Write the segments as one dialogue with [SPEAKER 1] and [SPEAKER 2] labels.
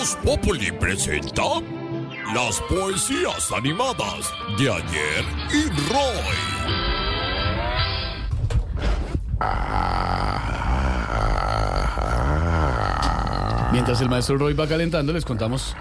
[SPEAKER 1] Voz Populi presenta las poesías animadas de ayer y Roy.
[SPEAKER 2] Mientras el maestro Roy va calentando, les contamos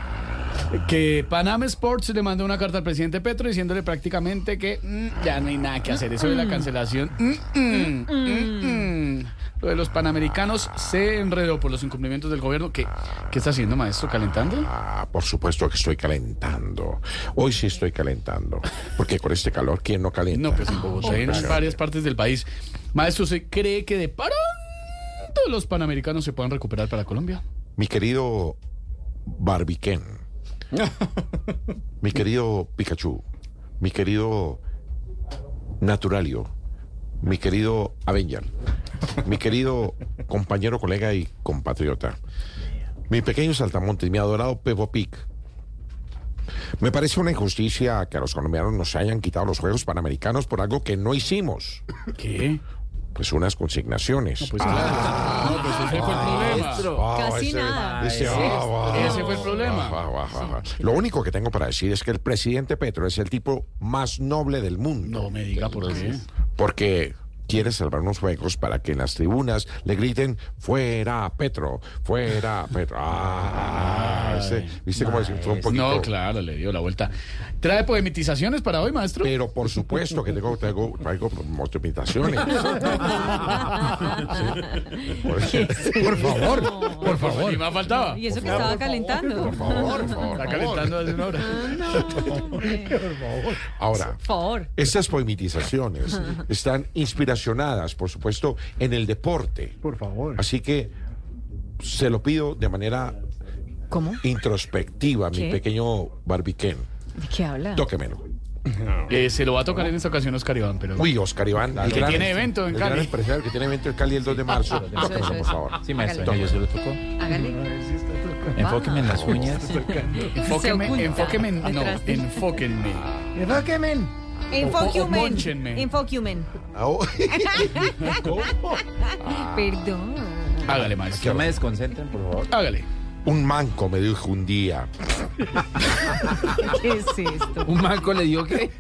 [SPEAKER 2] que Panam Sports le mandó una carta al presidente Petro diciéndole prácticamente que mm, ya no hay nada que hacer. Eso de la cancelación, mm, mm, mm, mm. lo de los panamericanos se enredó por los incumplimientos del gobierno. ¿Qué, qué está haciendo, maestro? ¿Calentando?
[SPEAKER 3] Ah, por supuesto que estoy calentando. Hoy sí estoy calentando. Porque con este calor, ¿quién no calienta?
[SPEAKER 2] No, pues en Bogotá y en
[SPEAKER 3] Impresionante.
[SPEAKER 2] varias partes del país. Maestro, ¿se cree que de pronto los panamericanos se puedan recuperar para Colombia?
[SPEAKER 3] Mi querido Barbiquén. mi querido Pikachu. Mi querido Naturalio. Mi querido Avenger. Mi querido compañero, colega y compatriota. Mi pequeño saltamontes, mi adorado Pepo Pic. Me parece una injusticia que a los colombianos nos hayan quitado los Juegos Panamericanos por algo que no hicimos.
[SPEAKER 2] ¿Qué?
[SPEAKER 3] Pues unas consignaciones. Ah,
[SPEAKER 2] Pues claro. No, pues ese fue el problema.
[SPEAKER 3] Casi nada. ah,
[SPEAKER 2] Ese fue el problema.
[SPEAKER 3] Lo único que tengo para decir es que el presidente Petro es el tipo más noble del mundo.
[SPEAKER 2] No me diga por qué.
[SPEAKER 3] Porque quiere salvar unos juegos para que en las tribunas le griten fuera Petro, fuera Petro. Ah, ese- ¿Viste cómo es? Fue un poquito.
[SPEAKER 2] No, claro, le dio la vuelta. ¿Trae poemitizaciones para hoy, maestro?
[SPEAKER 3] Pero por supuesto que tengo, traigo, traigo multiplicaciones. Sí. Por, por favor, por favor.
[SPEAKER 2] Ni más faltaba.
[SPEAKER 4] Y eso que estaba calentando.
[SPEAKER 3] Por favor, por favor.
[SPEAKER 2] Está calentando hace una hora.
[SPEAKER 3] Ahora,
[SPEAKER 4] Por favor.
[SPEAKER 3] estas poemitizaciones están inspiracionadas, por supuesto, en el deporte.
[SPEAKER 2] Por favor.
[SPEAKER 3] Así que se lo pido de manera
[SPEAKER 4] ¿Cómo?
[SPEAKER 3] introspectiva, mi
[SPEAKER 4] ¿Qué?
[SPEAKER 3] pequeño barbiquén.
[SPEAKER 4] ¿De qué habla?
[SPEAKER 3] Tóquemelo.
[SPEAKER 2] Eh, se lo va a tocar en esta ocasión Oscar Iván, pero...
[SPEAKER 3] Uy, Oscar Iván. el
[SPEAKER 2] que tiene evento en
[SPEAKER 3] el gran
[SPEAKER 2] Cali.
[SPEAKER 3] empresario que tiene evento en Cali el 2 de marzo. Tóquemelo,
[SPEAKER 4] eso,
[SPEAKER 3] por
[SPEAKER 4] eso.
[SPEAKER 3] favor.
[SPEAKER 5] Sí, maestro,
[SPEAKER 3] Hágale.
[SPEAKER 5] yo se lo tocó.
[SPEAKER 4] Hágale.
[SPEAKER 5] Enfóqueme en las uñas.
[SPEAKER 4] Se
[SPEAKER 2] Enfóquenme,
[SPEAKER 4] oculta
[SPEAKER 2] enfóquenme, en- no,
[SPEAKER 4] detrás de-
[SPEAKER 2] enfóquenme. O- o
[SPEAKER 4] Enfocumen.
[SPEAKER 2] mónchenme.
[SPEAKER 4] Enfocumen.
[SPEAKER 3] Ah, oh.
[SPEAKER 4] Perdón.
[SPEAKER 2] Hágale,
[SPEAKER 5] No
[SPEAKER 2] maestro.
[SPEAKER 5] me desconcentren, por favor.
[SPEAKER 2] Hágale.
[SPEAKER 3] Un manco me dijo un día.
[SPEAKER 4] ¿Qué es esto?
[SPEAKER 5] ¿Un manco le dio que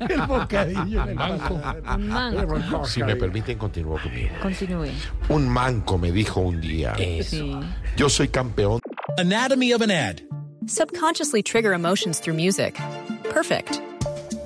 [SPEAKER 4] Un manco.
[SPEAKER 3] Si me permiten, continúo conmigo.
[SPEAKER 4] Continúe.
[SPEAKER 3] Un manco me dijo un día.
[SPEAKER 4] Sí.
[SPEAKER 3] Yo soy campeón
[SPEAKER 6] Anatomy of an ad.
[SPEAKER 7] Subconsciously trigger emotions through music. Perfect.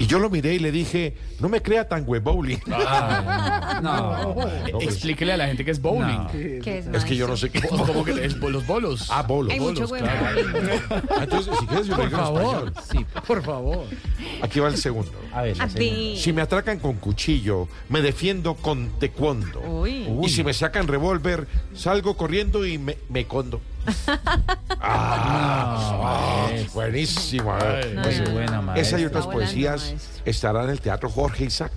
[SPEAKER 3] Y yo lo miré y le dije, no me crea tan güey bowling.
[SPEAKER 5] No.
[SPEAKER 3] No, pues,
[SPEAKER 2] Explíquele a la gente que es bowling.
[SPEAKER 4] ¿Qué es,
[SPEAKER 3] es que yo no sé qué.
[SPEAKER 2] Como que es bo- los bolos.
[SPEAKER 3] Ah, bolos.
[SPEAKER 4] Hay mucho huevo.
[SPEAKER 3] Ah, Entonces, si quieres, yo lo digo en español.
[SPEAKER 5] Sí,
[SPEAKER 2] Por favor.
[SPEAKER 3] Aquí va el segundo.
[SPEAKER 5] a ver.
[SPEAKER 4] A
[SPEAKER 5] la señora.
[SPEAKER 4] ti.
[SPEAKER 3] Si me atracan con cuchillo, me defiendo con tecuando.
[SPEAKER 4] Uy.
[SPEAKER 3] Y si me sacan revólver, salgo corriendo y me, me condo. ah, ah, buenísima.
[SPEAKER 2] Ay,
[SPEAKER 3] Pues,
[SPEAKER 5] Muy buena,
[SPEAKER 3] Esa y
[SPEAKER 5] maestro.
[SPEAKER 3] otras
[SPEAKER 4] Está volando,
[SPEAKER 3] poesías
[SPEAKER 4] maestro.
[SPEAKER 3] estarán en el Teatro Jorge Isaac.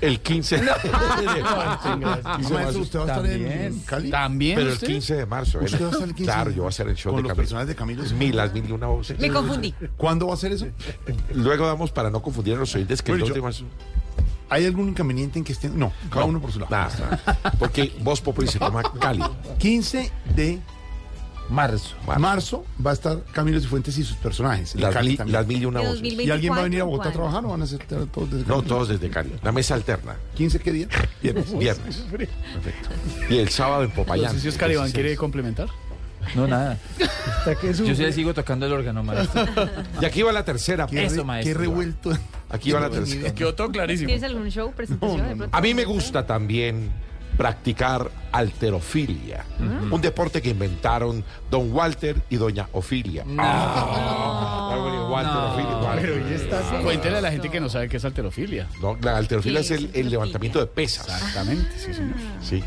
[SPEAKER 3] el 15 de marzo.
[SPEAKER 5] Ah,
[SPEAKER 8] Maestro, usted va a estar en-
[SPEAKER 5] También.
[SPEAKER 8] en Cali.
[SPEAKER 2] También
[SPEAKER 3] Pero el
[SPEAKER 2] usted?
[SPEAKER 3] 15 de marzo.
[SPEAKER 8] ¿Usted va a estar el 15?
[SPEAKER 3] Claro, yo voy a hacer el show
[SPEAKER 8] Con
[SPEAKER 3] de
[SPEAKER 8] los
[SPEAKER 3] Camilo.
[SPEAKER 8] personajes de Camilo.
[SPEAKER 3] Mil, las mil y una voces.
[SPEAKER 4] Me confundí.
[SPEAKER 8] ¿Cuándo va a ser eso?
[SPEAKER 3] Luego damos para no confundir a los oyentes que el
[SPEAKER 8] Bueno,
[SPEAKER 3] 2
[SPEAKER 8] yo-
[SPEAKER 3] de marzo.
[SPEAKER 8] ¿Hay algún inconveniente en que estén? No, cada
[SPEAKER 3] No,
[SPEAKER 8] uno por su lado.
[SPEAKER 3] Nada, nada. Porque Voz Populi se llama Cali.
[SPEAKER 8] 15 de
[SPEAKER 5] Marzo.
[SPEAKER 8] marzo va a estar Camilo Cifuentes y sus personajes. En
[SPEAKER 3] Las,
[SPEAKER 8] Cali
[SPEAKER 3] mil,
[SPEAKER 8] también.
[SPEAKER 3] las mil y una
[SPEAKER 4] De
[SPEAKER 3] voces.
[SPEAKER 4] 2024,
[SPEAKER 8] ¿Y alguien va a venir a Bogotá a
[SPEAKER 4] ¿cuándo?
[SPEAKER 8] trabajar o van a ser todos desde
[SPEAKER 3] No,
[SPEAKER 8] Cali?
[SPEAKER 3] todos desde Cali. La mesa alterna.
[SPEAKER 8] ¿15 qué día? Viernes.
[SPEAKER 3] Viernes. Perfecto. Y el sábado en Popayán.
[SPEAKER 2] Entonces, si Oscar Iván quiere complementar.
[SPEAKER 5] No, nada. Yo sí le sigo tocando el órgano, maestro.
[SPEAKER 3] Y aquí va la tercera.
[SPEAKER 8] Qué,
[SPEAKER 5] Eso,
[SPEAKER 8] re-
[SPEAKER 5] maestro.
[SPEAKER 8] qué revuelto.
[SPEAKER 3] Aquí va la tercera.
[SPEAKER 2] Kioto clarísimo.
[SPEAKER 4] ¿Tienes algún show, presentación? de pronto?
[SPEAKER 3] A mí me gusta también practicar alterofilia, un deporte que inventaron don Walter y doña Ofilia. Ah, Walter, Ofilia, Walter.
[SPEAKER 2] Cuéntele a la gente que no sabe qué es alterofilia.
[SPEAKER 3] No, la alterofilia es
[SPEAKER 4] Sí,
[SPEAKER 3] el, el levantamiento de pesas.
[SPEAKER 2] Exactamente, sí, señor.
[SPEAKER 3] Sí.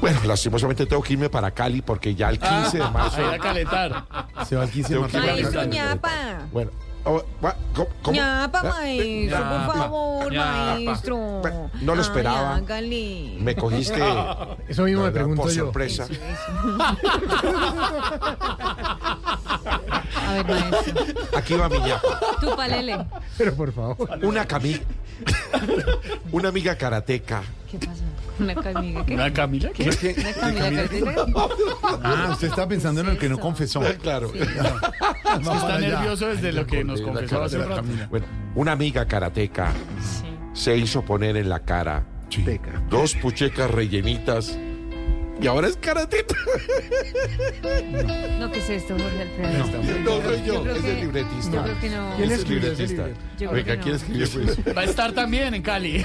[SPEAKER 3] Bueno, lastimosamente tengo que irme para Cali porque ya el 15 de
[SPEAKER 8] Ah.
[SPEAKER 3] marzo.
[SPEAKER 2] A calentar.
[SPEAKER 8] Se va al 15 de
[SPEAKER 3] Tengo
[SPEAKER 8] marzo.
[SPEAKER 3] que ir a
[SPEAKER 4] Maestro
[SPEAKER 3] Cali.
[SPEAKER 4] ñapa.
[SPEAKER 3] Bueno, oh, gua- ¿cómo? cómo?
[SPEAKER 4] Ñapa,
[SPEAKER 3] Eh,
[SPEAKER 4] maestro,
[SPEAKER 5] Ñapa,
[SPEAKER 4] por favor,
[SPEAKER 5] ñapa.
[SPEAKER 4] maestro.
[SPEAKER 3] Bueno, no lo
[SPEAKER 4] Ay,
[SPEAKER 3] esperaba.
[SPEAKER 4] hágale.
[SPEAKER 3] Me cogiste.
[SPEAKER 8] Eso mismo
[SPEAKER 3] la verdad,
[SPEAKER 8] me pregunto
[SPEAKER 3] por
[SPEAKER 8] yo.
[SPEAKER 3] sorpresa.
[SPEAKER 4] A ver, maestro.
[SPEAKER 3] Aquí va mi ñapa.
[SPEAKER 4] Tú, palele.
[SPEAKER 8] Pero por favor.
[SPEAKER 3] Una cami... Una amiga karateca.
[SPEAKER 4] ¿Qué pasa? Una camiga. ¿Qué?
[SPEAKER 2] ¿Una Camila? ¿Qué?
[SPEAKER 4] Una camiga cartera.
[SPEAKER 8] Ah, usted está pensando en el que no
[SPEAKER 4] Eso.
[SPEAKER 8] confesó.
[SPEAKER 3] Claro.
[SPEAKER 8] Vamos
[SPEAKER 2] Está
[SPEAKER 8] para allá.
[SPEAKER 2] nervioso desde lo que nos confesó hace rato.
[SPEAKER 3] Bueno, una amiga karateca
[SPEAKER 4] Sí.
[SPEAKER 3] se hizo poner en la cara dos puchecas rellenitas y ahora es karateta.
[SPEAKER 4] No, ¿qué es esto, Jorge Alfredo?
[SPEAKER 3] No soy yo,
[SPEAKER 4] creo
[SPEAKER 3] es
[SPEAKER 4] que-
[SPEAKER 3] el libretista.
[SPEAKER 4] yo creo que no.
[SPEAKER 3] Es el libretista.
[SPEAKER 4] Yo creo
[SPEAKER 3] Oiga,
[SPEAKER 4] que
[SPEAKER 3] ¿quién
[SPEAKER 4] no.
[SPEAKER 3] escribió eso?
[SPEAKER 2] Va a estar también en Cali.